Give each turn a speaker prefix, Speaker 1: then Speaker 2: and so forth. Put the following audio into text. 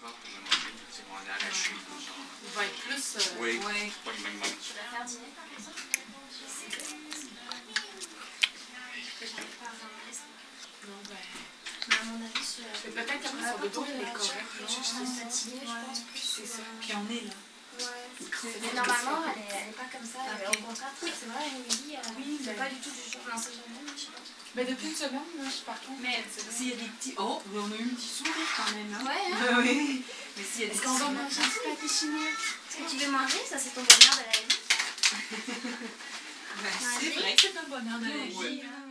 Speaker 1: peur que j'ai mangé, puis tu sais, on est arraché. puis on-
Speaker 2: Il va être plus. euh,
Speaker 1: Oui.
Speaker 2: ouais.
Speaker 1: Pas les mêmes
Speaker 3: Tu vas faire dîner par exemple Que j'en ai pas regardé, ça.
Speaker 2: Non, ben,
Speaker 3: Mais à mon avis, sur la-
Speaker 2: mais peut-être après son dodo, il est correct.
Speaker 3: Je
Speaker 2: non?
Speaker 3: suis juste fatiguée, je pense. plus,
Speaker 2: C'est ça.
Speaker 3: euh,
Speaker 2: Puis on est là.
Speaker 3: Ouais. Mais normalement, elle est, elle est pas comme ça. elle est
Speaker 2: Ok.
Speaker 3: Au contraire, c'est vrai, Émilie, euh,
Speaker 2: Oui,
Speaker 3: c'est
Speaker 2: mais-
Speaker 3: pas du tout du genre. Non, c'est jamais, je sais pas.
Speaker 2: Ben, depuis une semaine, là, je suis par contre.
Speaker 4: Mais
Speaker 2: cette
Speaker 4: s'il y a
Speaker 2: semaine.
Speaker 4: des petits. Oh, mais on a eu un petit sourire quand même, hein?
Speaker 3: Ouais, hein.
Speaker 4: Ah oui. Mais s'il y a des petits
Speaker 2: Est-ce qu'on va
Speaker 4: sourires-
Speaker 2: manger du cappuccino?
Speaker 3: Est-ce que tu veux manger Ça, c'est ton bonheur de la vie.
Speaker 4: Ben, C'est vrai que c'est un bonheur de la vie.
Speaker 3: hein.